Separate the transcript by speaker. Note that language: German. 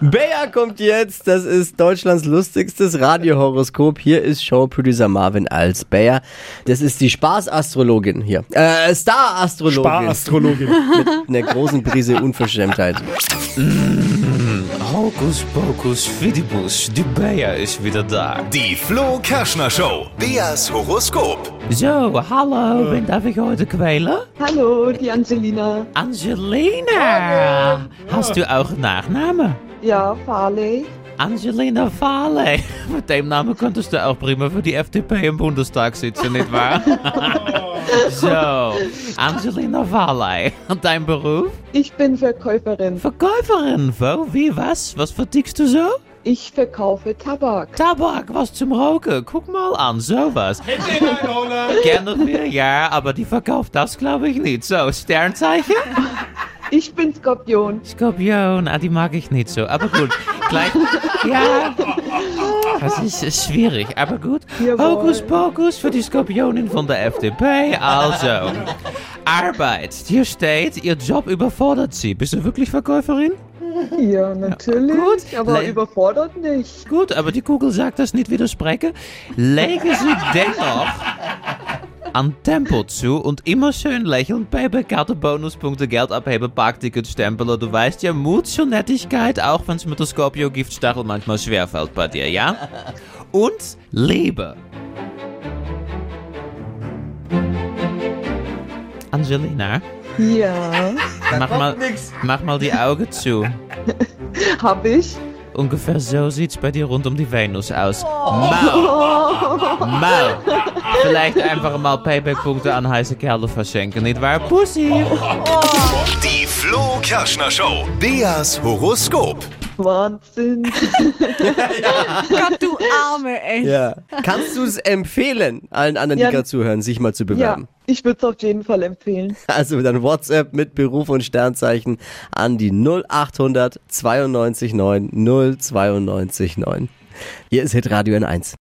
Speaker 1: Bayer kommt jetzt. Das ist Deutschlands lustigstes Radiohoroskop. Hier ist Showproducer Marvin als Bayer. Das ist die Spaßastrologin hier. Äh, Star-Astrologin.
Speaker 2: Spa-Astrologin.
Speaker 1: Mit einer großen Prise Unverschämtheit.
Speaker 3: Hokus pokus fidibus, die Bayer ist wieder da.
Speaker 4: Die Flo Kerschner Show. Beas Horoskop.
Speaker 3: So, hallo, wen darf ich heute quälen?
Speaker 5: Hallo, die Angelina.
Speaker 3: Angelina! Hast du auch Nachnamen?
Speaker 5: Ja, Farley.
Speaker 3: Angelina Farley. Mit dem Namen könntest du auch prima für die FDP im Bundestag sitzen, nicht wahr? so, Angelina Farley. Und dein Beruf?
Speaker 5: Ich bin Verkäuferin.
Speaker 3: Verkäuferin. Wo, wie, was? Was verdickst du so?
Speaker 5: Ich verkaufe Tabak.
Speaker 3: Tabak, was zum Rauchen. Guck mal an, sowas. Gerne wir, ja, aber die verkauft das, glaube ich, nicht. So, Sternzeichen?
Speaker 5: Ich bin Skorpion.
Speaker 3: Skorpion, ah, die mag ich nicht so. Aber gut, gleich. Ja. Das ist äh, schwierig, aber gut.
Speaker 5: Jawohl.
Speaker 3: Hokus Pokus für die Skorpionin von der FDP. Also, Arbeit. Hier steht, ihr Job überfordert sie. Bist du wirklich Verkäuferin?
Speaker 5: Ja, natürlich.
Speaker 3: Gut.
Speaker 5: Aber
Speaker 3: Le-
Speaker 5: überfordert nicht.
Speaker 3: Gut, aber eh, die Kugel sagt das nicht widersprechen. Legen Sie dennoch an Tempo zu und immer schön lächelnd bei Karte Bonuspunkte Geld abheben, Parkticket stempeln. Du weißt ja, Mut zur Nettigkeit, auch wenn es mit der Scorpio-Giftstachel manchmal schwerfällt bei dir, ja? Und Liebe. Angelina,
Speaker 5: Ja,
Speaker 3: mach mal, mach mal die Augen zu.
Speaker 5: hab ich.
Speaker 3: Ungefähr so sieht's bei dir rund um die Venus aus. Mau! Mau! Vielleicht einfach mal Payback-Punkte an heiße Kerle verschenken, nicht wahr? Pussy!
Speaker 4: Die Flo Kerschner Show. Beas Horoskop.
Speaker 5: Wahnsinn.
Speaker 6: Gott, du Arme, ey.
Speaker 1: Ja. Kannst du es empfehlen, allen anderen,
Speaker 5: Ja.
Speaker 1: die gerade zuhören, sich mal zu
Speaker 5: Ja,
Speaker 1: bewerben?
Speaker 5: ich würde es auf jeden Fall empfehlen.
Speaker 1: Also dann WhatsApp mit Beruf und Sternzeichen an die 0800 92 9 092 9. Hier ist Hitradio N1.